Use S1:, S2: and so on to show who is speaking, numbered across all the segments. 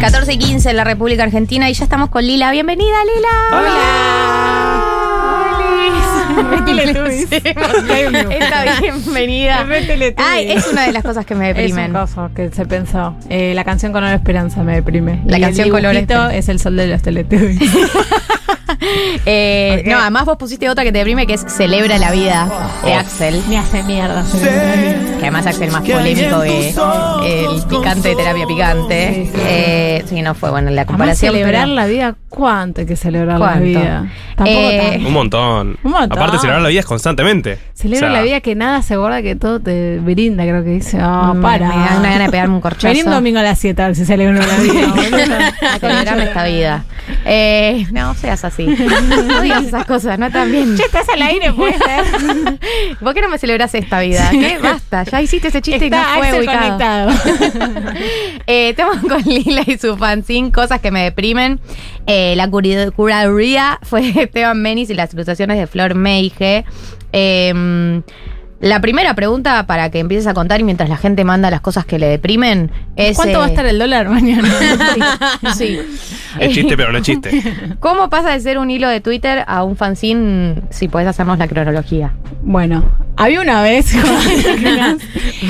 S1: 14 y 15 en la República Argentina y ya estamos con Lila. Bienvenida, Lila. Esta bienvenida. Ay, es una de las cosas que me
S2: Es un
S1: deprimen.
S2: coso que se pensó. Eh, la canción Color Esperanza me deprime.
S1: La
S2: Y
S1: canción
S2: el
S1: Color
S2: dibujito
S1: Esperanza.
S2: es el sol de los teletubbies.
S1: Eh,
S2: ¿Por qué?
S1: no, además vos pusiste otra que te deprime que es Celebra la vida de
S3: Oh.
S1: Axel.
S2: me hace mierda.
S1: Que además Axel más polémico de el picante de terapia picante.
S2: Sí, sí.
S1: Eh, sí, no fue bueno la
S2: Además,
S1: comparación.
S2: celebrar
S1: pero-
S2: la vida, ¿cuánto hay que celebrar
S1: ¿Cuánto?
S2: la vida? Tampoco
S1: Eh,
S2: tanto.
S3: Un montón.
S2: Un montón.
S3: Aparte, celebrar la vida es constantemente.
S2: Celebra
S3: O sea,
S2: la vida que nada se borra, que todo te brinda, creo que dice. Ah,
S1: Mm,
S2: para.
S1: Me da una gana de pegarme un corchazo.
S2: Vení un domingo a las 7 a ver si celebro la vida. boludo.
S1: Celebrame esta vida. Eh, no seas así. No digas esas cosas, no están bien.
S2: Che, estás al aire, pues, ¿eh? puede ser.
S1: ¿Vos qué no me celebrás esta vida? ¿Qué? Basta, ya hiciste ese chiste
S2: Está
S1: y no fue
S2: Axel
S1: ubicado.
S2: conectado.
S1: Eh, estamos con Lila y su fanzine, cosas que me deprimen. Eh, la curi- curaduría fue de Esteban Menis y las ilustraciones de Flor Meige. Eh, la primera pregunta para que empieces a contar y mientras la gente manda las cosas que le deprimen es... eh,
S2: ¿Cuánto va a estar el dólar mañana?
S1: el... Sí.
S3: Es chiste, pero no es chiste.
S1: ¿Cómo pasa de ser un hilo de Twitter a un fanzine si podés hacernos la cronología?
S2: Bueno, había una vez.
S1: Me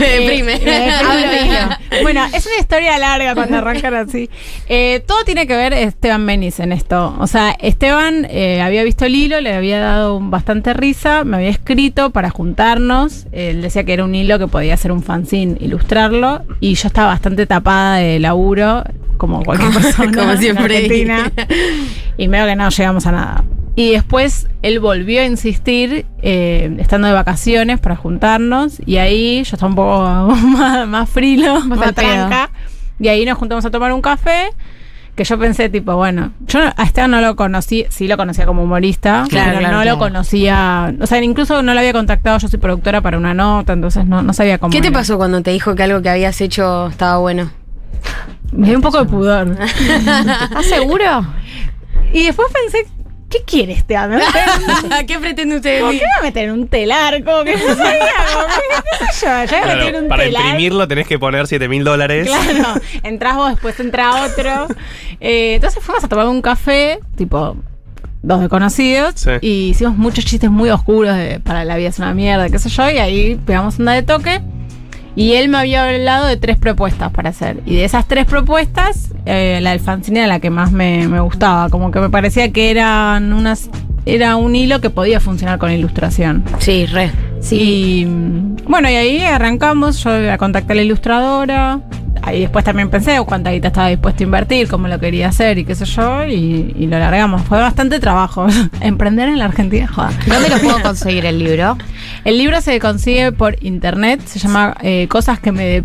S2: Eh, me deprime. bueno, es una historia larga cuando arrancan así. Eh, todo tiene que ver Esteban Menis en esto. O sea, Esteban eh, había visto el hilo, le había dado un- bastante risa, me había escrito para juntarnos. Él decía que era un hilo que podía ser un fanzine, ilustrarlo. Y yo estaba bastante tapada de laburo, como cualquier persona.
S1: Como
S2: en
S1: siempre.
S2: Argentina. Y medio que no llegamos a nada. Y después él volvió a insistir, eh, estando de vacaciones, para juntarnos. Y ahí yo estaba un poco más, más frilo, más
S1: al pedo.
S2: tranca. Y ahí nos juntamos a tomar un café. Que yo pensé, tipo, bueno, yo no- a Esteban no lo conocí, sí lo conocía como humorista,
S1: Claro,
S2: pero
S1: claro,
S2: no
S1: claro.
S2: lo conocía, o sea, incluso no lo había contactado, yo soy productora para una nota, entonces no, no sabía cómo.
S4: ¿Qué te
S2: era.
S4: pasó cuando te dijo que algo que habías hecho estaba bueno?
S2: Me dio un poco de pudor.
S1: ¿Estás seguro?
S2: y después pensé, ¿qué quiere Esteban? ¿Me va a meter en un
S4: ¿Qué pretende usted
S2: ¿Por qué me va a meter en un telar? Como que no sabía, como que qué sé yo, ya me
S3: Claro,
S2: metí en un
S3: para
S2: telar.
S3: imprimirlo tenés que poner 7 mil dólares.
S2: Claro, entras vos, después entra otro. Eh, entonces fuimos a tomar un café, tipo dos desconocidos,
S3: Sí.
S2: y hicimos muchos chistes muy oscuros de, para la vida es una mierda, qué sé yo, y ahí pegamos una de toque. Y él me había hablado de tres propuestas para hacer. Y de esas tres propuestas, eh, la del fanzine era la que más me, me gustaba. Como que me parecía que eran unas, era un hilo que podía funcionar con ilustración.
S4: Sí, re.
S2: Sí. Y mm, bueno, y ahí arrancamos. Yo la contacté a la ilustradora. Ahí después también pensé "Oh, cuánta guita estaba dispuesto a invertir, cómo lo quería hacer y qué sé yo. Y, y lo largamos. Fue bastante trabajo. Emprender en la Argentina, joda.
S1: ¿Dónde lo puedo conseguir el libro?
S2: El libro se consigue por internet, se llama eh, Cosas que me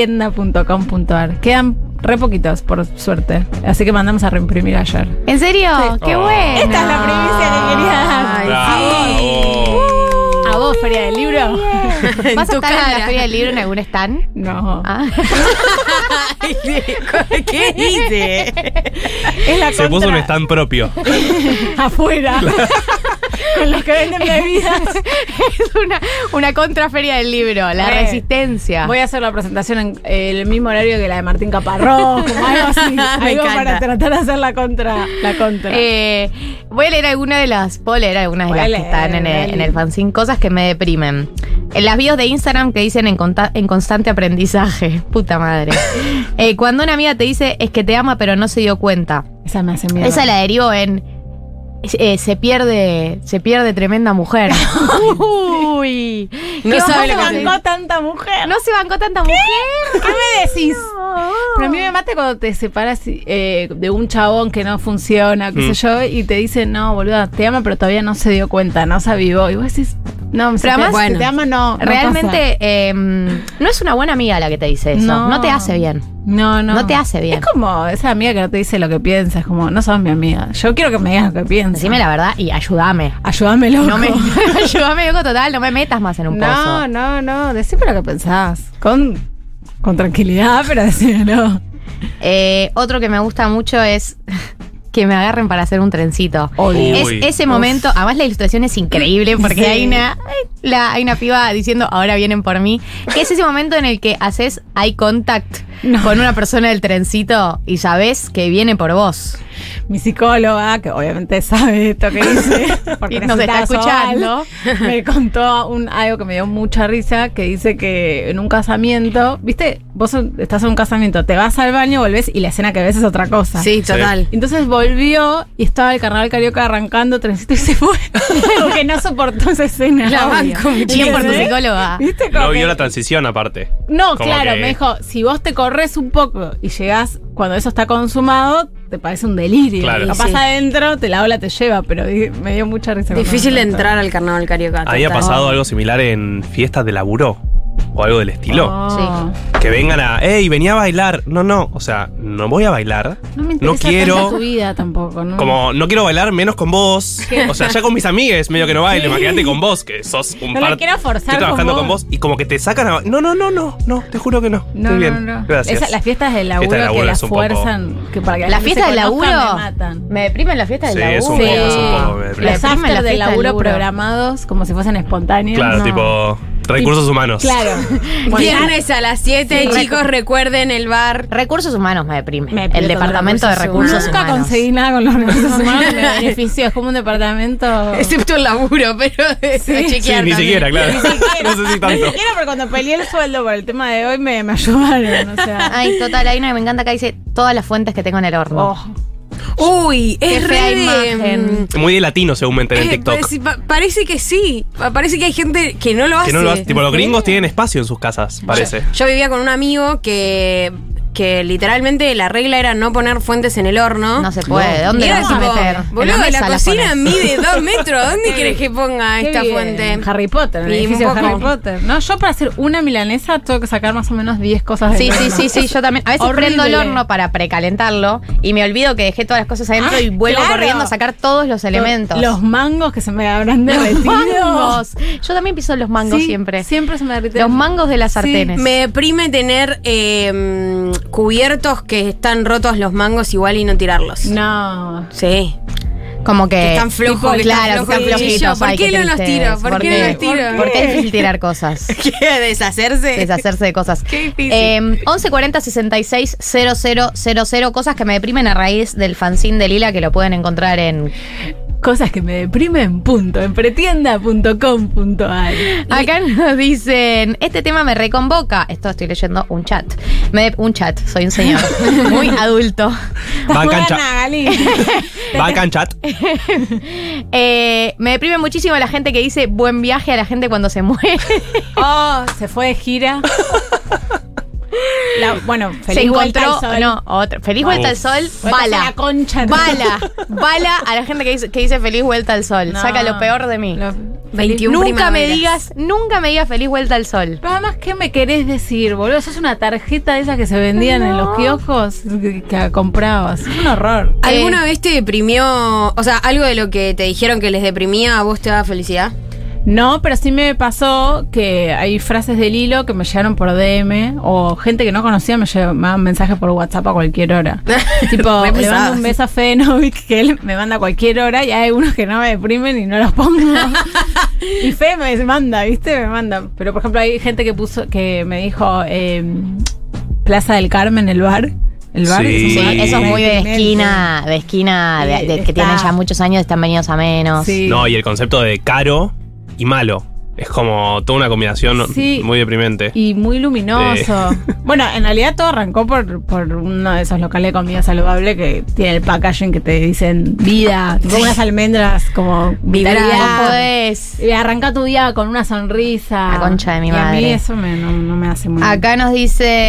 S2: deprimen.empretienda.com.ar. Quedan re poquitos, por suerte. Así que mandamos a reimprimir ayer. Ah.
S1: ¿En serio? ¡Qué
S3: Oh.
S1: bueno!
S2: Esta es la primicia que Uh. quería dar.
S3: Bravo.
S2: ¿A vos, Feria del Libro?
S1: ¿Vas a estar en la feria del libro en algún stand?
S2: No.
S1: Ah.
S4: ¿Qué dice?
S2: Es la
S3: Se puso un
S2: contra-
S3: stand propio.
S2: afuera con los que venden bebidas.
S1: es una, una contraferia del libro, la
S2: Eh,
S1: resistencia.
S2: Voy a hacer la presentación en el mismo horario que la de Martín Caparrós, como algo así,
S1: Me
S2: algo para
S1: encanta.
S2: tratar de hacer la contra, la contra.
S1: Eh, voy a leer algunas de las. Puedo leer algunas de
S2: Voy
S1: las
S2: a
S1: que están en el,
S2: leer.
S1: en el fanzine. Cosas que me deprimen. En las bios de Instagram que dicen en, conta- en constante aprendizaje. Puta madre. Eh, cuando una amiga te dice es que te ama pero no se dio cuenta.
S2: esa me hace miedo.
S1: Esa la derivo en. eh, se pierde. Se pierde tremenda mujer. Uy.
S4: No
S1: ¿Qué vas
S4: sabe lo
S1: a
S4: que
S1: hacer?
S4: se-
S2: bancó tanta mujer?
S1: No se bancó tanta mujer.
S2: ¿Qué me decís? Pero a mí me mata cuando te separas eh, de un chabón que no funciona, qué sé
S3: Mm.
S2: yo, y te dicen, no, boluda, te ama, pero todavía no se dio cuenta, no se avivó. Y vos decís, no,
S1: Pero además-
S2: que te ama, no. no
S1: Realmente eh, no es una buena amiga la que te dice eso. No,
S2: No.
S1: te hace bien.
S2: pasa. No, no.
S1: No te hace bien.
S2: Es como esa amiga que no te dice lo que piensas, como no sos mi amiga. Yo quiero que me digas lo que piensas.
S1: Decime la verdad y ayúdame.
S2: Ayúdame, loco.
S1: No me, ayúdame, loco, total, no me metas más en un
S2: no,
S1: pozo.
S2: no, no, decime lo que pensás. Con, con tranquilidad, pero decímelo.
S1: Eh, otro que me gusta mucho es que me agarren para hacer un trencito.
S3: Uy.
S1: Es ese momento, además la ilustración es increíble porque
S2: Sí.
S1: hay una ay, la- hay una piba diciendo ahora vienen por mí, que es ese momento en el que haces eye contact con una persona del trencito y sabes que viene por vos.
S2: Mi psicóloga, que obviamente sabe esto que dice, porque
S1: Y nos está
S2: necesitaba sobar,
S1: escuchando.
S2: me contó un, algo que me dio mucha risa, que dice que en un casamiento, viste, vos estás en un casamiento, te vas al baño, volvés y la escena que ves es otra cosa.
S4: Sí, total.
S2: Entonces volvió y estaba el carnaval carioca arrancando trencito y se fue. porque no soportó esa escena.
S4: La
S2: obvio.
S4: banco muchísimo.
S1: Bien por tu
S2: ¿Entendés?
S1: psicóloga.
S2: ¿Viste
S3: No
S2: Como
S3: vio
S2: que-
S3: la transición aparte.
S2: No,
S3: Como
S2: claro,
S3: que-
S2: me dijo, si vos te corres un poco y llegás cuando eso está consumado, te parece un delirio.
S3: Claro.
S2: Capaz
S4: Sí.
S2: adentro, te la ola te lleva, pero di- me dio mucha risa. cuando
S4: Difícil
S2: me
S4: de
S2: contó.
S4: entrar al carnaval
S2: Ah,
S4: carioca.
S3: Había
S4: total.
S3: pasado algo similar en fiestas de laburó o algo del estilo.
S2: Oh.
S3: Que vengan a, hey, venía a bailar. No, no, o sea, no voy a bailar.
S2: No me interesa
S3: quiero-
S2: tanta tu vida tampoco, ¿no?
S3: Como, no quiero bailar menos con vos. O sea, ya con mis amigues, medio que no baile. Imagínate con vos, que sos un
S2: No la
S3: par.
S2: quiero forzar
S3: Estoy trabajando
S2: con
S3: con
S2: vos.
S3: vos. y como que te sacan a. No, no, no, no, no, te juro que no.
S2: No,
S3: Estoy
S2: no,
S3: bien.
S2: no.
S3: Gracias.
S2: Esa- las fiestas del laburo,
S3: Fiestas del laburo
S2: que las
S3: es un poco-
S2: fuerzan. Que para que la
S1: La
S2: gente
S1: fiesta
S2: se
S1: del laburo.
S2: conozca, Me matan.
S1: Me deprimen las fiestas del
S3: Sí, es
S1: laburo.
S3: un poco, es un poco, me deprime.
S2: Los
S1: Me deprimen
S2: after
S1: las
S2: del
S1: fiestas
S2: laburo programados como si fuesen espontáneos.
S3: claro,
S2: No.
S3: tipo, recursos humanos.
S2: Claro.
S4: Viernes a las 7,
S2: Sí.
S4: chicos, recuerden el bar.
S1: Recursos humanos me deprime.
S2: Me deprime
S1: el departamento de recursos
S2: Nunca
S1: humanos.
S2: conseguí nada con los recursos humanos que me benefició. Es como un departamento.
S4: Excepto el laburo, pero a chequear
S3: Sí, ni
S4: también.
S3: siquiera, claro. no sé si tanto.
S2: Quiero, pero cuando peleé el sueldo por el tema de hoy me, me ayudaron. O sea,
S1: Ay, total, hay una que me encanta acá dice todas las fuentes que tengo en el horno.
S2: oh.
S4: Uy,
S1: Qué
S4: es re
S1: fea
S4: de- mm,
S1: imagen.
S3: Muy de latino, según me enteré en
S4: Eh,
S3: TikTok.
S2: pues,
S4: parece, pa- parece que sí. Pa- Parece que hay gente que no lo hace.
S3: Que no lo hace- Tipo, los gringos tienen espacio en sus casas, parece.
S4: Yo vivía con un amigo que, que literalmente la regla era no poner fuentes en el horno.
S1: No se puede. ¿Dónde
S4: Y era
S1: la vas a
S4: tipo,
S1: meter? En
S4: Boludo, la,
S1: mesa las
S4: cocina
S1: pones.
S4: mide dos metros. ¿Dónde querés que ponga
S2: ¿Qué
S4: esta
S2: vive?
S4: fuente?
S2: En Harry Potter, en el
S4: Y un
S2: edificio de
S4: poco-
S2: Harry Potter. No, yo para hacer una milanesa tengo que sacar más o menos 10 cosas de
S1: Sí, sí, sí, sí, yo también. A veces
S2: Horrible.
S1: prendo el horno para precalentarlo y me olvido que dejé todas las cosas adentro
S2: Ah,
S1: y vuelvo
S2: claro.
S1: corriendo a sacar todos los elementos.
S2: Los mangos que se me habrán
S1: Los
S2: derretido.
S1: mangos. Yo también piso los mangos
S2: Sí,
S1: siempre.
S2: Siempre se me derriten.
S1: Los mangos de las
S2: Sí,
S1: sartenes.
S4: Me deprime tener eh, mm, cubiertos que están rotos los mangos igual y no tirarlos.
S2: No.
S4: Sí.
S1: Como que.
S4: Que están flojos,
S1: Eh, Tipo,
S4: que están
S1: claro, que
S4: flojos el
S1: están
S4: cuchillo.
S1: flojitos.
S4: ¿Por
S1: Ay,
S4: qué
S1: qué
S4: no los
S1: tristeza.
S4: tiro? ¿Por qué no los tiro?
S1: Porque es difícil tirar cosas.
S4: ¿Quiere deshacerse?
S1: Deshacerse de cosas.
S4: Qué difícil.
S1: Eh, 1140 66 0000, cosas que me deprimen a raíz del fanzine de Lila que lo pueden encontrar en.
S2: Cosas que me deprimen, punto. En pretienda.com.ar.
S1: Acá nos dicen, este tema me reconvoca. Esto estoy leyendo un chat. Me- un chat, soy un señor. Muy adulto.
S3: Van cancha.
S2: cancha.
S3: Vaca en chat.
S1: Eh, me deprime muchísimo la gente que dice buen viaje a la gente cuando se muere.
S2: Oh, se fue de gira. La- bueno, feliz
S1: se
S2: vuelta
S1: encontró.
S2: al sol.
S1: No, otro. Feliz vuelta al sol,
S2: Vuelta a
S1: bala.
S2: la concha.
S1: Bala, bala a la gente que dice, que dice feliz vuelta al sol.
S2: No.
S1: Saca lo peor de mí.
S2: Lo-
S4: 21
S1: Nunca me
S4: primaveras.
S1: digas, nunca me digas feliz vuelta al sol.
S2: Pero además, ¿qué me querés decir, boludo? Sos una tarjeta de esas que se vendían en los kioscos que, que comprabas. Es un horror.
S1: Eh.
S4: ¿Alguna vez te deprimió, o sea, algo de lo que te dijeron que les deprimía, a vos te da felicidad?
S2: No, pero sí me pasó que hay frases del hilo que me llegaron por DM o gente que no conocía me llevaban mensajes por WhatsApp a cualquier hora. tipo, le
S4: Re pesadas.
S2: mando un beso a Fenovic que él me manda a cualquier hora y hay algunos que no me deprimen y no los pongo. y Fe me manda, ¿viste? Me manda. Pero por ejemplo, hay gente que puso que me dijo eh, Plaza del Carmen, el bar. El bar que es
S3: Sí.
S2: un bar
S1: Sí, eso es muy de
S2: deprimente.
S1: esquina, de esquina, de, de- que
S2: Está.
S1: tienen ya muchos años, están venidos a menos.
S2: Sí.
S3: No, y el concepto de caro y malo. Es como toda una combinación
S2: Sí.
S3: muy deprimente.
S2: Y muy luminoso. bueno, en realidad todo arrancó por, por uno de esos locales de comida saludable que tiene el packaging que te dicen vida, tipo unas almendras como
S1: Pero no
S2: vitalidad.
S1: podés.
S2: Y arranca tu día con una sonrisa.
S1: La concha de mi
S2: Y A mí
S1: madre.
S2: eso me- no, no me hace muy bien.
S1: Acá nos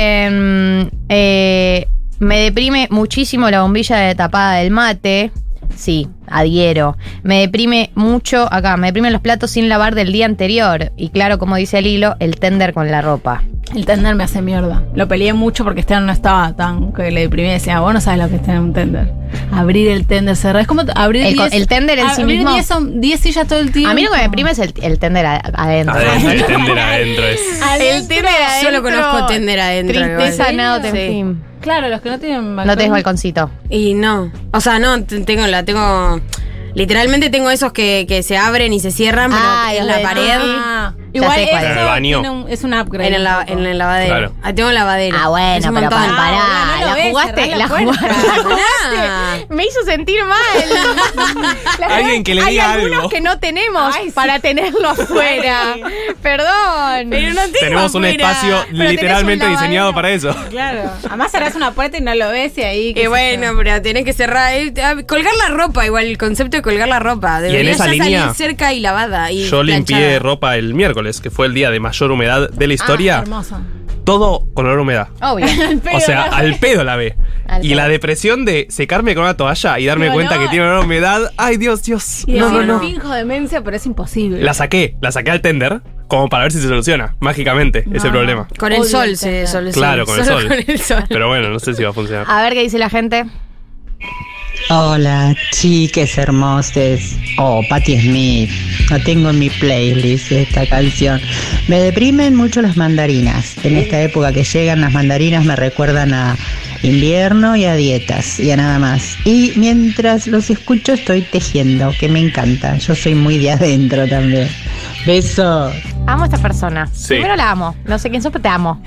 S1: dicen, eh, me deprime muchísimo la bombilla de tapada del mate. Sí, adhiero. Me deprime mucho, acá, me deprimen los platos sin lavar del día anterior. Y claro, como dice el hilo, el tender con la ropa.
S2: El tender me hace mierda. Lo peleé mucho porque Esteban no estaba tan que le deprimía. Decía, vos no sabes lo que es tener un tender. Abrir el tender, cerrar. Es como abrir
S1: El co- el tender en sí
S2: abrir
S1: mismo.
S2: 10 son- 10 sillas todo el tiempo.
S1: A mí lo que me deprime es el, el tender a- adentro.
S3: Adentro, el tender adentro es.
S1: El tender adentro.
S4: Solo conozco tender adentro,
S1: Tristeza,
S2: igual.
S1: nada, te-
S4: Sí.
S1: fin.
S2: Claro, los que no tienen
S1: No tenés balconcito.
S4: Y no, o sea, no, t- tengo la, tengo, literalmente tengo esos que, que se abren y se cierran, pero
S1: Ah,
S4: en
S1: los
S4: la
S1: de-
S4: pared.
S1: ah,
S2: Ah,
S1: Ya
S2: igual
S1: sé cuál.
S3: En el
S2: eso
S3: baño.
S2: tiene un- es un upgrade.
S4: En el,
S2: un
S4: lava-
S2: poco.
S4: en el lavadero.
S3: Claro.
S4: Ah, tengo lavadero.
S1: Ah,
S4: Es
S1: bueno,
S4: un
S1: pero
S4: montón.
S1: para, pará.
S2: Ah, bueno, no lo
S1: la
S2: ves,
S1: jugaste,
S2: cerrá
S1: la,
S2: la puerta.
S1: jugaste.
S4: Ah.
S1: Me hizo sentir mal. La
S3: Alguien
S1: verdad,
S3: que le
S1: hay
S3: diga
S1: algunos
S3: algo.
S1: que no tenemos
S2: Ay, sí.
S1: para tenerlo afuera. Perdón.
S4: Pero no tengo
S3: Tenemos un
S4: afuera.
S3: espacio
S2: tenés un
S3: literalmente
S2: lavadero.
S3: diseñado para eso.
S2: Claro. Además harás una puerta y no lo ves y ahí. qué
S4: Y
S2: sé
S4: bueno,
S2: yo.
S4: pero tenés que cerrar. eh, ah, colgar la ropa, igual, el concepto de colgar la ropa. Debería
S3: esa
S4: ya
S3: línea,
S4: salir cerca y lavada. Y
S3: Yo limpié
S4: planchada.
S3: ropa el miércoles, que fue el día de mayor humedad de la
S2: Ah,
S3: historia.
S2: hermoso.
S3: todo con olor a humedad.
S1: Obvio.
S2: Pero
S3: o sea,
S2: no-
S3: al pedo la ve.
S1: Al
S3: y
S1: pedo.
S3: la depresión de secarme con una toalla y darme
S2: No,
S3: cuenta
S2: no.
S3: que tiene olor a humedad. Ay, Dios, Dios.
S2: Y
S3: No,
S2: decir,
S3: no, no.
S2: finjo demencia, pero es imposible.
S3: La saqué, la saqué al tender como para ver si se soluciona mágicamente ese
S2: No.
S3: problema.
S4: Con el
S2: Odio
S4: sol
S2: el
S4: se
S2: tender.
S4: soluciona.
S3: Claro, con el
S4: Solo
S3: sol.
S4: Con el sol. Ah.
S3: Pero bueno, no sé si va a funcionar.
S1: A ver qué dice la gente.
S5: Hola, chiques hermoses. Oh, Patti Smith. No tengo en mi playlist esta canción. Me deprimen mucho las mandarinas. En esta época que llegan las mandarinas me recuerdan a invierno y a dietas y a nada más. Y mientras los escucho estoy tejiendo, que me encanta. Yo soy muy de adentro también. Besos.
S1: Amo a esta persona.
S3: Sí.
S1: Primero la amo. No sé quién soy, pero te amo.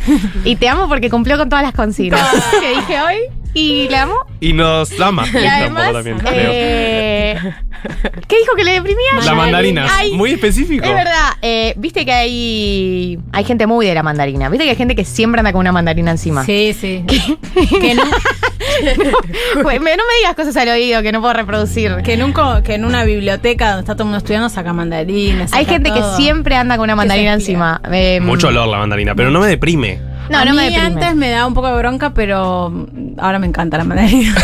S1: Y te amo porque cumplió con todas las consignas que dije hoy. Y la amo.
S3: Y nos dama.
S1: Y además,
S3: también, creo.
S1: eh, ¿qué dijo que le deprimía?
S3: La mandarina.
S1: Ay,
S3: Muy específico.
S1: Es verdad, eh, viste que hay hay gente muy de la mandarina. Viste que hay gente que siempre anda con una mandarina encima.
S2: Sí, sí. Que, nu-
S1: Pues, me- no me digas cosas al oído que no puedo reproducir.
S2: que nunca, que en una biblioteca donde está todo el mundo estudiando saca mandarinas.
S1: hay
S2: saca
S1: gente
S2: todo.
S1: que siempre anda con una mandarina
S2: se estira.
S1: encima. Eh,
S3: Mucho olor la mandarina, pero no me deprime.
S1: No,
S2: A
S1: no me
S2: mí
S1: deprime.
S2: antes me daba un poco de bronca, pero mm, ahora me encanta la mandarina.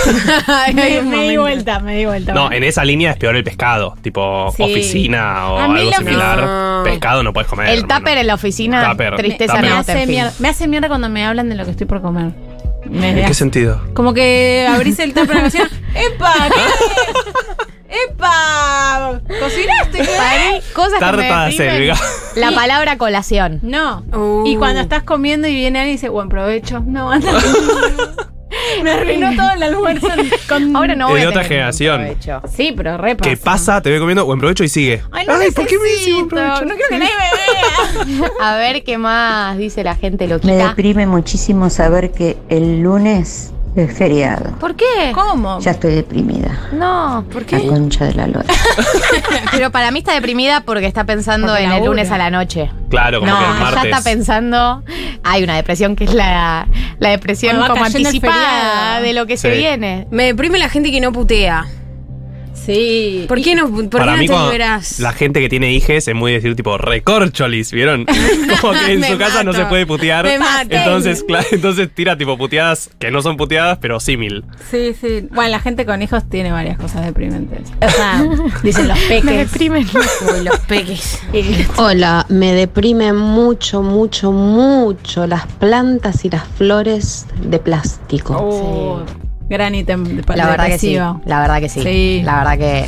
S2: me, me di vuelta, me di vuelta.
S3: No, en esa línea es peor el pescado, tipo
S2: Sí.
S3: oficina o
S2: A mí
S3: algo
S2: la-
S3: similar.
S4: No.
S3: Pescado no puedes comer.
S1: el
S3: hermano.
S1: tupper en la oficina,
S3: Tupper,
S1: tristeza
S3: tupper.
S2: me,
S1: no
S2: hace
S1: te
S2: mierda, me hace mierda cuando me hablan de lo que estoy por comer. Me
S3: ¿En qué sentido?
S2: Como que abrís el tupper de la cocina. ¡Epa! ¿qué? ¡Epa! ¿Cocinaste? qué?
S1: Para mí, cosas que me
S3: Tarta de
S1: deprimen,
S3: acelga.
S1: La palabra colación.
S2: No.
S4: Uh.
S2: Y cuando estás comiendo y viene alguien y dice, buen provecho. No, anda. Me arruinó todo el almuerzo con...
S1: Ahora no
S3: Es
S1: voy
S3: de
S1: a
S3: otra
S1: tener ningún
S3: generación.
S1: provecho.
S2: Sí, pero repa.
S3: ¿Qué pasa? Te voy comiendo buen provecho y sigue.
S2: Ay, no
S3: ¿por qué me dice buen provecho?
S2: No quiero que nadie me vea.
S1: A ver qué más dice la gente
S6: Me
S1: loquita.
S6: deprime muchísimo saber que el lunes es feriado.
S1: ¿Por qué?
S2: ¿Cómo?
S6: Ya estoy deprimida.
S1: No. ¿Por
S6: La concha de la lora.
S1: Pero para mí está deprimida porque está pensando
S2: Porque
S1: en el
S2: labura.
S1: lunes a la noche.
S3: Claro, como
S1: no,
S3: que el
S1: ya está
S3: martes.
S1: pensando. Hay una depresión que es la, la depresión
S2: Cuando va
S1: como
S2: cayendo el
S1: anticipada
S2: feriado.
S1: de lo que se
S3: Sí.
S1: viene.
S4: Me deprime la gente que no putea.
S2: Sí.
S4: ¿Por qué no, por qué
S3: Para
S4: no
S3: mí,
S4: te
S3: cuando
S4: liberás?
S3: la gente que tiene hijes es muy decir tipo recorcholis, ¿vieron? Como que en
S4: Me
S3: su casa no
S4: mato.
S3: se puede putear.
S4: Me maté.
S3: Entonces, cla- entonces tira tipo puteadas que no son puteadas, pero símil.
S2: Sí, sí. Bueno, la gente con hijos tiene varias cosas deprimentes. O sea, dicen los peques.
S1: deprimen.
S4: Uy, los peques.
S2: Y-
S7: Hola, me deprimen mucho, mucho, mucho las plantas y las flores de plástico.
S2: Oh, Gran ítem de
S1: La verdad que sí.
S2: depresivo.
S1: La verdad que sí.
S2: Sí.
S1: La verdad que.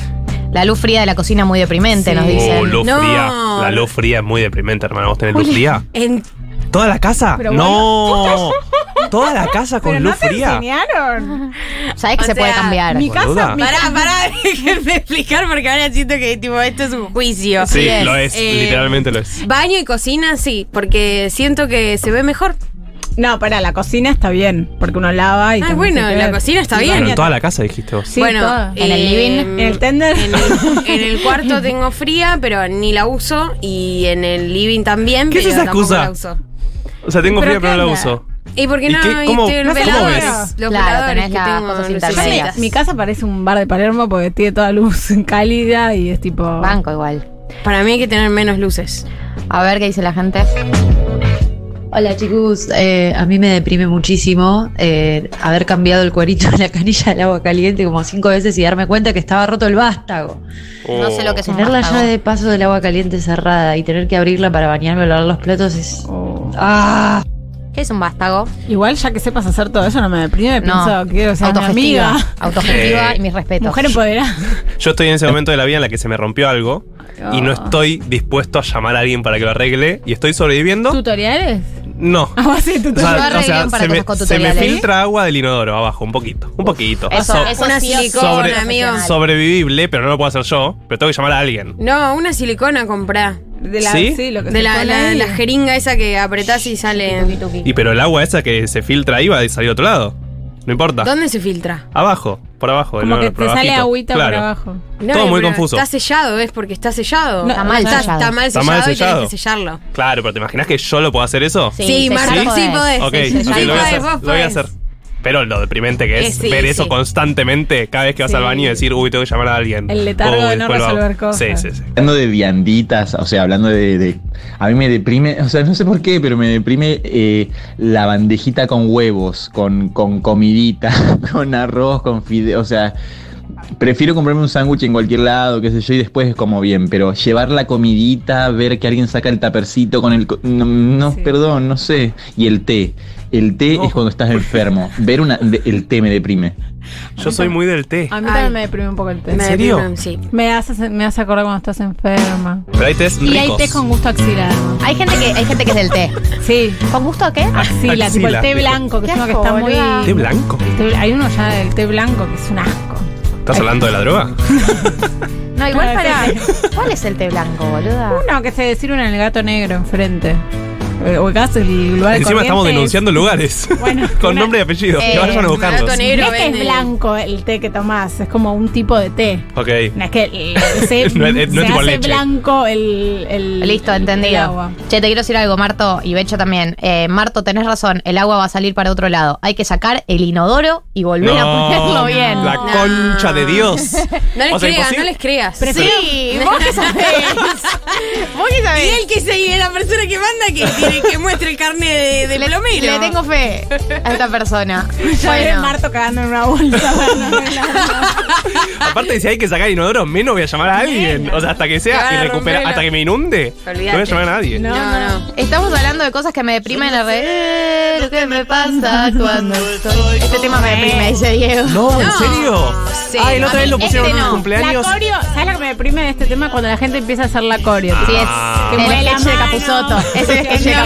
S1: La luz fría de la cocina muy deprimente,
S2: Sí.
S1: nos
S3: Oh,
S1: dicen.
S3: luz
S4: No.
S3: fría. La luz fría es muy deprimente, hermano. ¿Vos tenés luz fría?
S4: En-
S3: ¿Toda la casa?
S2: Pero
S3: no. Toda la casa con luz fría.
S2: enseñaron?
S1: ¿Sabes que
S4: O
S1: se puede
S4: sea,
S1: cambiar?
S2: Mi
S3: Boluda.
S2: casa, mi
S4: pará, pará, déjenme explicar porque ahora siento que tipo, esto es un juicio.
S3: Sí,
S1: es.
S3: lo es.
S4: Eh,
S3: literalmente lo es.
S4: Baño y cocina, sí, porque siento que se ve mejor.
S2: No, para la cocina está bien, porque uno lava y.
S4: Ah,
S2: te-
S4: bueno,
S2: te-
S4: la cocina está
S2: Y
S4: bien.
S3: Pero
S2: baña
S3: en toda la casa dijiste vos.
S2: Sí,
S4: bueno, eh,
S2: todo.
S1: En el living,
S2: en el tender.
S4: En el, en el cuarto tengo fría, pero ni la uso. Y en el living también,
S3: ¿Qué es
S4: pero
S3: esa
S4: tampoco
S3: excusa?
S4: la uso.
S3: O sea, tengo
S2: ¿Pero
S3: fría, pero
S2: qué
S3: no la
S2: onda?
S3: uso.
S4: ¿Y por qué
S3: ¿Y
S4: no?
S3: qué?
S4: Y
S3: ¿Cómo-
S4: te-
S3: cómo
S4: veladores,
S3: ves?
S4: Los
S1: Claro,
S4: veladores
S1: tenés
S4: que
S1: las
S4: tengo,
S1: cosas
S4: no sé,
S2: Yo mi,
S1: intermedias.
S4: velas.
S2: mi casa parece un bar de Palermo porque tiene toda luz cálida y es tipo.
S1: Banco igual.
S4: Para mí hay que tener menos luces.
S1: A ver qué dice la gente.
S8: Hola chicos, Eh, a mí me deprime muchísimo eh, haber cambiado el cuerito de la canilla del agua caliente como cinco veces y darme cuenta que estaba roto el vástago.
S3: Oh.
S1: No sé lo que es un
S8: Tener la
S1: vástago.
S8: llave de paso del agua caliente cerrada y tener que abrirla para bañarme o lavar los platos es...
S2: Oh.
S8: ¡Ah!
S1: ¿Qué es un vástago?
S2: Igual, ya que sepas hacer todo eso, no me deprime.
S1: No.
S2: Pienso, quiero ser mi
S1: autogestiva.
S2: amiga.
S1: Autogestiva
S3: Eh,
S1: y mis respetos.
S2: Mujer empoderada.
S3: Yo estoy en ese momento de la vida en la que se me rompió algo y no
S2: Oh.
S3: estoy dispuesto a llamar a alguien para que lo arregle y estoy sobreviviendo.
S2: ¿Tutoriales?
S3: No.
S2: A base de
S3: O sea,
S1: Yo
S2: Ah, tutoriales.
S1: arreglé
S3: o sea,
S1: un par de
S3: se, me,
S1: cosas con
S3: se me
S1: tutoriales.
S3: filtra agua del inodoro abajo, un poquito, un poquito.
S1: Eso,
S3: So-
S1: eso
S4: Una
S1: sí o sí es
S4: silicona,
S1: profesional.
S4: amigo.
S3: sobrevivible, pero no lo puedo hacer yo, pero tengo que llamar a alguien.
S4: No, una silicona comprá.
S2: De la,
S3: ¿Sí?
S2: lo que
S4: De
S2: se
S4: la,
S2: pone
S4: la-
S2: ahí.
S4: la jeringa esa que apretás y sale.
S3: Y pero el agua esa que se filtra ahí va a salir a otro lado. No importa.
S4: ¿Dónde se filtra?
S3: Abajo, por abajo.
S2: Como
S3: no,
S2: que
S3: por
S2: te sale
S3: abajito.
S2: agüita
S3: Claro.
S2: por abajo.
S3: Todo muy
S4: pero
S3: confuso.
S4: Está sellado, es porque está sellado.
S2: No,
S4: está, mal está, está mal
S3: Está
S4: sellado.
S3: mal
S4: y
S3: sellado.
S4: tenés que sellarlo.
S3: Claro, pero ¿te imaginas que yo lo puedo hacer eso?
S4: Sí,
S1: se
S4: Martín,
S1: llama
S4: sí podés.
S3: ok,
S1: se
S3: ok,
S1: llama-
S3: lo voy a
S4: podés,
S3: hacer.
S4: vos
S3: Lo voy a
S4: podés.
S3: hacer. Pero lo deprimente que es
S4: Eh, sí,
S3: ver
S4: sí.
S3: eso constantemente cada vez que vas al baño y decir, uy, tengo que llamar a alguien.
S2: El letargo de no
S3: Uy, después lo hago.
S2: resolver cosas.
S3: Sí, sí, sí.
S9: Hablando de vianditas, o sea, hablando de, de- A mí me deprime, o sea, no sé por qué, pero me deprime eh, la bandejita con huevos, con, con comidita, con arroz, con fide... O sea, prefiero comprarme un sándwich en cualquier lado, qué sé yo, y después es como bien, pero llevar la comidita, ver que alguien saca el tapercito con el... co- No, no,
S2: Sí.
S9: perdón, no sé. Y el té. El té
S3: No.
S9: es cuando estás enfermo. Ver una, de- el té me deprime.
S3: Yo soy muy del té.
S2: A mí
S4: Ay.
S2: también me deprime un poco el té.
S4: Me
S3: serio?
S4: deprimen, Sí.
S2: Me hace, me hace acordar cuando estás enferma.
S3: Pero hay tés
S2: Y hay
S3: ricos.
S2: té con gusto axila. además.
S1: Hay gente que, hay gente que es del té.
S2: Sí,
S1: ¿Con gusto a qué?
S2: axila, tipo el
S3: axila,
S2: té
S3: dijo.
S2: blanco, que
S1: Qué
S2: es uno que está
S1: asco,
S2: muy.
S1: boluda.
S3: ¿Té blanco?
S2: el té- hay uno ya del té blanco que es un asco.
S3: ¿Estás hablando de la droga?
S1: No, igual
S2: No,
S1: para.
S2: el té.
S1: ¿Cuál es el té blanco,
S3: Ah.
S1: boluda?
S2: Uno que se decir en el gato negro enfrente. Eh, ubicás el lugar de
S3: Encima estamos
S2: Corrientes.
S3: denunciando lugares.
S2: Bueno,
S3: con
S2: una-
S3: nombre y apellido.
S1: Eh,
S3: que vayan a buscarlos.
S4: Gato
S2: No
S4: negro
S2: es que es
S4: venden.
S2: blanco el té que tomás, es como un tipo de té.
S3: Ok.
S2: No es que eh, se,
S3: No es- no es
S2: se
S3: tipo
S2: hace
S3: leche.
S2: blanco el, el-
S1: Listo,
S2: el
S1: entendido.
S2: agua.
S1: Che, te quiero decir algo, Marto, y Becho también. Eh, Marto, tenés razón, el agua va a salir para otro lado. Hay que sacar el inodoro y volver a ponerlo bien.
S3: La concha de Dios.
S4: No les
S3: O sea,
S4: creas,
S3: imposi-
S4: no les creas.
S1: Sí, vos que sabés. vos que
S4: Y
S1: sabés.
S4: el que se es la persona que manda que tiene que muestre el carne de, de
S1: Le,
S4: plomero.
S1: le tengo fe a esta persona.
S2: Ya ven
S1: Bueno,
S2: Marto cagando en una bolsa. bueno, no es nada.
S3: Aparte, si hay que sacar inodoro, menos voy a llamar a alguien. O sea, hasta que
S4: Te
S3: sea
S4: van a
S3: y recupera,
S4: romper la-
S3: hasta que me inunde, no voy a
S4: Olvídate.
S3: llamar a nadie.
S4: No, no.
S1: estamos hablando de cosas que me deprimen en la red. Eh, Lo que me pasa cuando estoy. Este tema me deprime, dice Diego.
S3: No, ¿en serio?
S4: Sí,
S3: Ay, la otra
S4: a
S3: vez
S4: mí
S3: lo pusieron
S4: este
S3: en un
S4: no.
S3: cumpleaños.
S2: La coreo, ¿sabes lo que me deprime de este tema? Cuando la gente empieza a hacer la coreo.
S1: Sí, es
S3: Ah.
S1: el
S2: Mueve la
S1: sketch de
S2: mano.
S1: Capuzoto. Es el sketch de Capuzoto.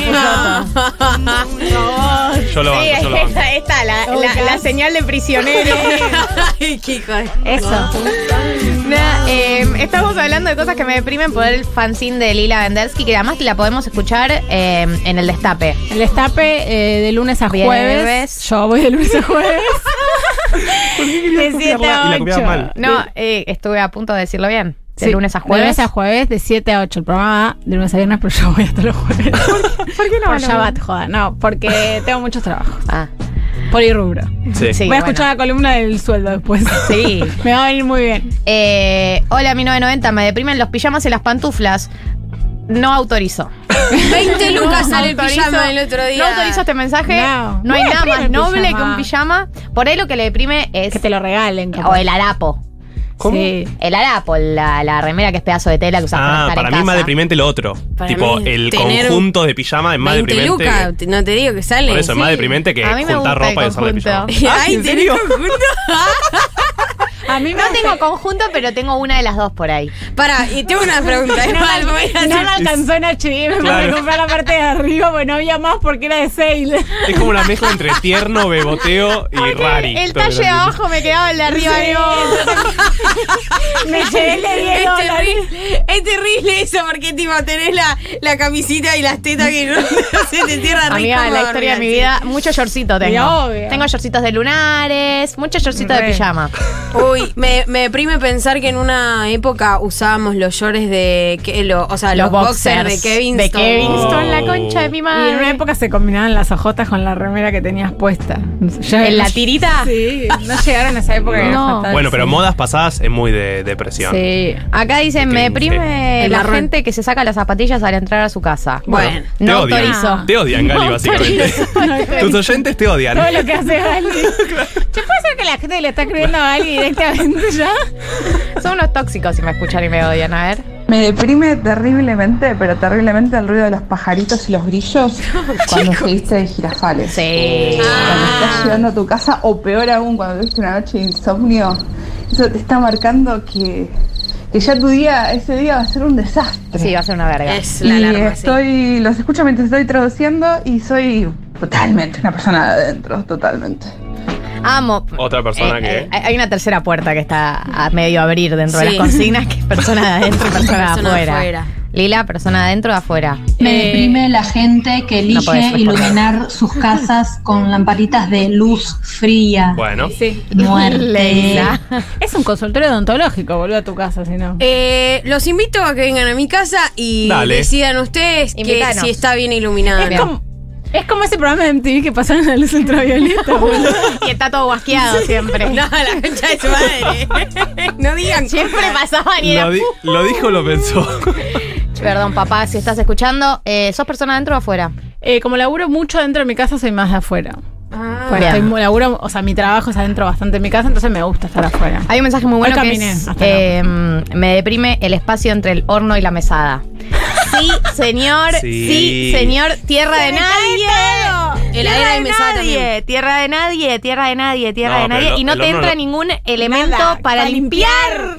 S2: Oh,
S3: Yo lo banco, yo lo banco.
S1: está, la,
S2: la- la
S1: señal de prisionero.
S4: Ay, qué hijo de-
S1: Eso. em, estamos hablando de cosas que me deprimen por el fanzine de Lila Vendersky, que además la podemos escuchar eh, en el destape.
S2: El destape eh, de lunes a
S1: Bien,
S2: jueves.
S1: bebés.
S2: Yo voy de lunes a jueves. de siete
S3: copiarla? Y la
S2: a
S3: copiabas mal.
S2: ocho.
S1: No, eh, estuve a punto de decirlo bien. De
S2: Sí,
S1: lunes a
S2: De
S1: jueves.
S2: lunes a jueves, de 7 a 8. El programa va de lunes a viernes, pero yo voy hasta los jueves. ¿Por qué no Por Shabbat, joda. No, porque tengo muchos trabajos.
S1: Ah,
S2: Polirrubro.
S3: Sí.
S1: sí,
S2: voy a
S1: bueno.
S2: escuchar la columna del sueldo después.
S1: Sí.
S2: Me va a venir muy bien.
S1: Eh, hola, mi 990. Me deprimen los pijamas y las pantuflas. No autorizo.
S4: 20 lucas
S1: No
S4: sale el
S1: autorizo-
S4: pijama el otro día.
S1: No autorizo este mensaje.
S2: No.
S1: No, hay
S2: No
S1: nada
S2: deprime
S1: más
S2: el
S1: noble
S2: pijama.
S1: que un pijama. Por ahí lo que le deprime es.
S2: Que te lo regalen. capaz.
S1: o el harapo.
S3: ¿Cómo?
S2: Sí.
S1: El harapo, la, la remera que es pedazo de tela que usas para
S3: Ah,
S1: estar
S3: para
S1: en
S3: mí
S1: casa.
S3: más deprimente lo otro.
S4: Para
S3: tipo,
S4: mí,
S3: el
S4: tener
S3: conjunto de pijama es más
S4: 20
S3: deprimente.
S4: lucas, te- no te digo que sale.
S3: Por eso es más
S4: sí.
S3: deprimente que
S1: A mí me
S3: juntar
S1: gusta el
S3: ropa y usar de pijama.
S1: conjunto.
S3: Ah,
S4: Ay,
S3: ¿En
S4: ¿tenés
S3: serio?
S4: conjunto?
S2: A mí me
S1: No tengo conjunto, pero tengo una de las dos por ahí.
S4: Pará, y tengo una pregunta. Es mal, voy a
S2: No
S4: hacer-
S2: me alcanzó en HM para
S3: Claro.
S2: comprar la parte de arriba, pues no había más porque era de sale.
S3: Es como una mezcla entre tierno, beboteo y rari.
S1: El
S3: Todo lo
S1: talle de
S3: que-
S1: abajo me quedaba el de arriba.
S2: Me llevé el de 10
S4: Es
S2: dólares.
S4: terrible, es terrible eso este porque tipo tenés la, la camisita y las tetas que no, se te cierran
S1: Amiga,
S4: rico,
S1: la
S4: no,
S1: historia de mi
S4: dormir
S1: vida, mucho shortcito tengo.
S2: Y obvio.
S1: Tengo shortcitos de lunares, mucho shortcito
S2: Re.
S1: de pijama.
S4: así. Uy, me, me deprime pensar que en una época usábamos los shorts de que lo- o sea, los, boxers, de Kevin
S1: De
S4: Stone.
S1: Kevin
S3: Oh.
S1: Stone, la concha de mi madre.
S2: Y en una época se combinaban las hojotas con la remera que tenías puesta.
S1: ¿En la tirita?
S2: Sí, no llegaron a esa época. que era
S1: No.
S2: fatal,
S3: Bueno, pero
S2: sí.
S3: modas pasadas es muy de depresión.
S2: Sí.
S1: Acá dicen, me
S3: Cringe.
S1: deprime
S4: El
S1: la
S4: marrón.
S1: gente que se saca las zapatillas al entrar a su casa.
S4: Bueno.
S3: Te
S1: No
S3: odian.
S1: autorizo.
S3: Te odian, Gali,
S1: No
S3: básicamente. Tus oyentes te odian.
S2: Todo lo que hace Gali. ¿Se puede ser que la gente le está escribiendo a Gali directamente ya?
S1: Son unos tóxicos si me escuchan y me odian, a ver.
S10: Me deprime terriblemente, pero terriblemente el ruido de los pajaritos y los grillos cuando seguiste de girafales.
S1: Sí.
S10: Cuando estás llegando a tu casa, o peor aún, cuando tuviste una noche de insomnio, eso te está marcando que, que ya tu día, ese día va a ser un desastre.
S1: Sí, va a ser una
S2: Eh.
S1: verga.
S4: Es la
S10: y
S4: alarma, sí.
S10: estoy, los escucho mientras estoy traduciendo y soy totalmente una persona de adentro, totalmente.
S1: Amo.
S3: Otra persona
S1: Eh,
S3: que.
S1: eh, hay una tercera puerta que está a medio abrir dentro de
S4: Sí.
S1: las consignas, que es persona de adentro y persona, de
S4: Persona de
S1: afuera.
S4: afuera.
S1: Lila, persona de adentro o de afuera.
S11: Me
S2: Eh,
S11: deprime la gente que
S1: no podés
S11: elige
S1: responder.
S11: iluminar sus casas con lamparitas de luz fría.
S3: Bueno.
S2: Sí.
S11: Muerte.
S2: Leila. Es un consultorio odontológico, boludo a tu casa, si no.
S4: Eh, los invito a que vengan a mi casa y
S2: Dale.
S4: decidan ustedes que
S2: Invítanos.
S4: si está bien iluminada.
S2: Es como, es como ese programa de MTV que pasaron la luz ultravioleta.
S1: y está todo guasqueado siempre.
S4: No, la concha de su madre. no digan.
S1: Siempre pasaban y era.
S3: Lo, di- lo dijo, lo pensó.
S1: Perdón, papá, si estás escuchando, eh, ¿sos persona adentro o afuera?
S2: Eh, como laburo mucho dentro de mi casa, soy más de afuera. Pues
S1: Bien.
S2: estoy muy- laburo, o sea, mi trabajo es adentro bastante de mi casa, entonces me gusta estar afuera.
S1: Hay un mensaje muy
S2: Hoy
S1: bueno que
S2: caminé
S1: es,
S2: hasta
S1: eh, me deprime el espacio entre el horno y la mesada. Sí, señor, sí,
S4: Sí.
S1: señor, tierra de nadie.
S4: Heladera
S1: Tierra
S4: y
S1: de
S4: mesada
S1: nadie,
S4: también.
S1: tierra de nadie, tierra de nadie, tierra
S4: No,
S1: de
S4: pero
S1: nadie.
S4: el-
S1: Y no
S4: el
S1: te
S4: horno
S1: entra
S4: no-
S1: ningún elemento
S2: Nada,
S1: para
S2: para
S1: limpiar.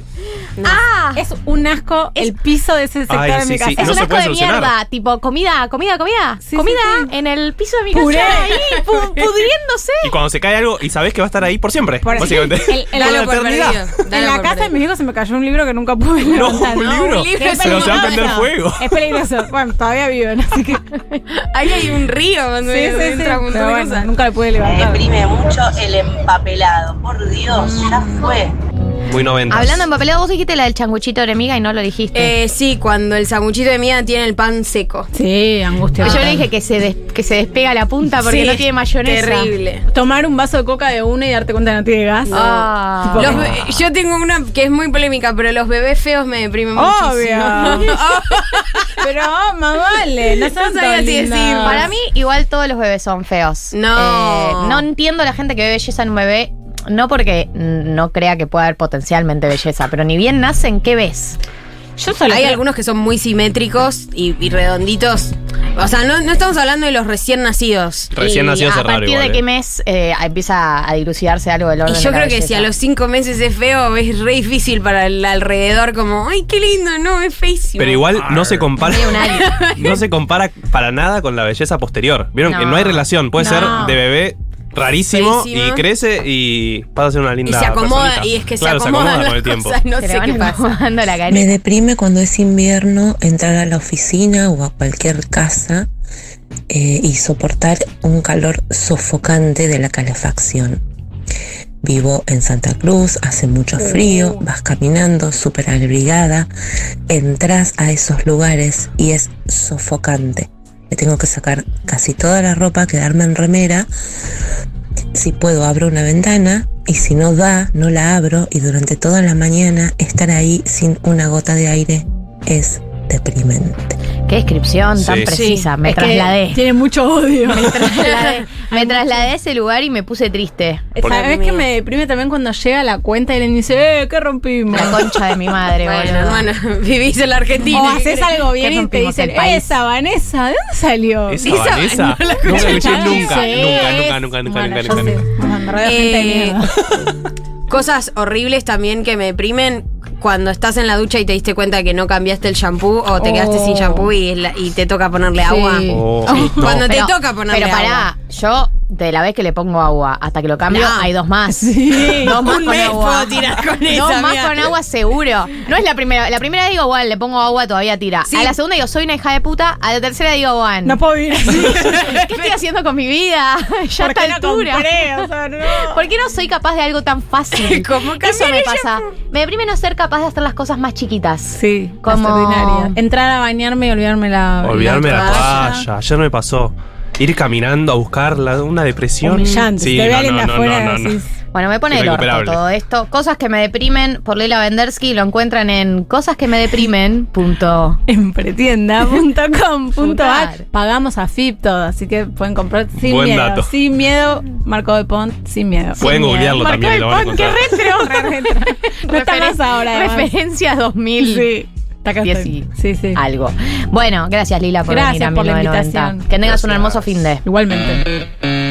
S2: Ah, es un asco el piso de ese sector
S3: Ay,
S2: de
S3: sí,
S2: mi casa.
S3: sí,
S1: Es
S3: no
S1: un
S3: se
S1: asco
S3: puede
S1: de
S3: solucionar.
S1: mierda, tipo comida, comida, comida, comida en el piso de mi casa
S2: Puré.
S1: ahí pu- pudriéndose.
S3: Y cuando se cae algo, y sabés que va a estar ahí por siempre, básicamente. Por la eternidad.
S2: En la casa de mis hijos se me cayó un libro que nunca pude
S3: No,
S2: levantar.
S3: un libro.
S2: Qué
S3: Pero se va
S2: peligroso.
S3: a prender fuego.
S2: Es peligroso. Bueno, todavía viven, así que.
S4: Ahí hay un río donde
S2: Sí, sí,
S4: entra
S2: sí,
S4: un montón
S2: pero
S4: de
S2: bueno,
S4: cosas.
S2: Nunca lo pude levantar.
S6: mucho el empapelado. Por Dios, ya fue.
S3: Muy 90.
S1: Hablando en papelado, vos dijiste la del changuchito de hormiga y no lo dijiste.
S4: Eh, sí, cuando el sanguchito de mía tiene el pan seco.
S2: Sí, angustia.
S1: Yo le dije que se, des- que se despega la punta porque
S4: Sí,
S1: no tiene mayonesa.
S4: Terrible.
S2: Tomar un vaso de coca de una y darte cuenta que no tiene gas.
S1: Ah.
S2: Tipo,
S4: Los be- yo tengo una que es muy polémica, pero los bebés feos me deprimen
S2: Obvio.
S4: muchísimo.
S2: Pero más vale, no son
S4: sabía
S2: tan
S4: si
S2: lindas.
S4: decir.
S1: Para mí, igual todos los bebés son feos. Eh,
S4: No.
S1: no entiendo la gente que ve belleza en un bebé. No porque mm, no crea que pueda haber potencialmente belleza, pero ni bien nacen, ¿qué ves?
S2: Yo solo
S4: Hay
S2: creo-
S4: algunos que son muy simétricos y, y redonditos. O sea, no, no estamos hablando de los recién nacidos.
S3: Recién
S1: Y
S3: nacido es
S1: A
S3: raro
S1: partir
S3: igual.
S1: de qué
S3: eh.
S1: mes eh, empieza a dilucidarse algo del
S4: Y
S1: orden
S4: yo
S1: de la
S4: creo que
S1: belleza?
S4: si a los cinco meses es feo, es re difícil para el alrededor, como, ay, qué lindo, no, es feísimo.
S3: Pero igual no se compara.
S1: Medio un año.
S3: No se compara para nada con la belleza posterior. Vieron que
S1: No.
S3: no hay relación.
S1: No.
S3: Puede ser de bebé rarísimo
S4: Feísimo.
S3: y crece y pasa a ser una
S4: Y
S3: linda.
S4: se acomoda,
S3: personita.
S4: y es que
S3: Claro,
S4: se acomoda,
S3: con el
S4: ¿no?
S3: tiempo.
S4: O sea, no
S1: Se le
S4: sé
S1: van
S4: qué pasa.
S1: acomodando la
S12: Me
S1: carita.
S12: deprime cuando es invierno entrar a la oficina o a cualquier casa eh, y soportar un calor sofocante de la calefacción. Vivo en Santa Cruz, hace mucho frío, vas caminando súper abrigada, entras a esos lugares y es sofocante. Me tengo que sacar casi toda la ropa, quedarme en remera. Si puedo, abro una ventana y si no da, no la abro y durante toda la mañana estar ahí sin una gota de aire es deprimente.
S1: Qué descripción tan
S3: Sí.
S1: precisa. Me
S2: Es que
S1: trasladé.
S2: Tiene mucho odio.
S1: Trasladé- Me trasladé a ese lugar y me puse triste.
S2: ¿Sabes que me deprime también cuando llega la cuenta y le dice, eh, ¿qué rompimos?
S1: La concha de mi madre,
S4: Bueno,
S1: boludo.
S4: hermano, vivís en la Argentina.
S2: O haces algo bien
S1: que
S2: y te
S1: rompimos
S2: dicen,
S1: el país.
S2: esa Vanessa, ¿de dónde salió?
S3: ¿Esa
S4: Esa-
S3: Vanessa?
S4: no la
S3: No la escuché
S2: escuchaste.
S3: nunca,
S2: Sí.
S3: nunca, nunca, nunca, nunca,
S2: Bueno,
S3: nunca,
S2: yo
S3: nunca,
S2: sé.
S3: nunca.
S2: Bueno, re de gente de
S4: Eh,
S2: mierda.
S4: Cosas horribles también que me deprimen cuando estás en la ducha y te diste cuenta que no cambiaste el shampoo o te quedaste
S2: Oh.
S4: sin shampoo y, es la- y te toca ponerle agua.
S3: Oh, no.
S4: Cuando te toca ponerle
S1: Pero pará,
S4: agua.
S1: yo de la vez que le pongo agua hasta que lo cambio,
S4: No.
S1: hay dos más.
S2: Sí.
S1: Dos más
S4: Un
S1: con
S4: mes
S1: agua.
S4: puedo tirar con
S1: dos
S4: esa,
S1: más
S4: mía.
S1: con agua seguro. No es la primera. La primera digo, bueno, le pongo agua, todavía tira.
S4: Sí.
S1: A la segunda digo, soy una hija de puta. A la tercera digo, bueno,
S2: No puedo vivir así.
S1: ¿qué estoy haciendo con mi vida? ya a
S2: ¿Por
S1: esta
S2: qué no
S1: altura.
S2: compré? O sea, no.
S1: ¿Por qué no soy capaz de algo tan fácil?
S4: Como
S1: Eso
S4: cambiar
S1: me
S4: el
S1: pasa. Me deprime no ser capaz de hacer las cosas más chiquitas.
S2: Sí,
S1: Como-
S2: extraordinario. Entrar a bañarme y olvidarme la.
S3: Olvidarme la
S2: toalla.
S3: toalla. Ayer me pasó. Ir caminando a buscarla, una depresión.
S2: Humillante.
S3: Sí,
S2: si te ve
S3: no,
S2: alguien
S3: no,
S2: de
S3: no,
S2: afuera,
S3: no, no.
S2: decís,
S1: Bueno, me pone el orto
S3: Irrecuperable.
S1: todo esto. Cosas que me deprimen por Leila Vendersky lo encuentran en cosasquemedeprimen.com.
S2: en pretienda.com.ar.
S1: Putar.
S2: Pagamos a FIP todo, así que pueden comprar sin
S3: Buen
S2: miedo.
S3: dato.
S2: Sin miedo, Marco de Pont, sin miedo. Sin
S3: Pueden
S2: miedo.
S3: googlearlo
S2: Marco
S3: también,
S2: de
S3: lo van a
S2: Pont, qué retro. Re retro. no está más ahora, además.
S1: Referencia 2000.
S2: Sí. Está acá estoy.
S1: Dieci-
S2: Sí, sí.
S1: Algo. Bueno, gracias Lila por
S2: Gracias
S1: venir a
S2: por la
S1: 1990.
S2: invitación.
S1: Que tengas un hermoso fin de.
S2: Igualmente.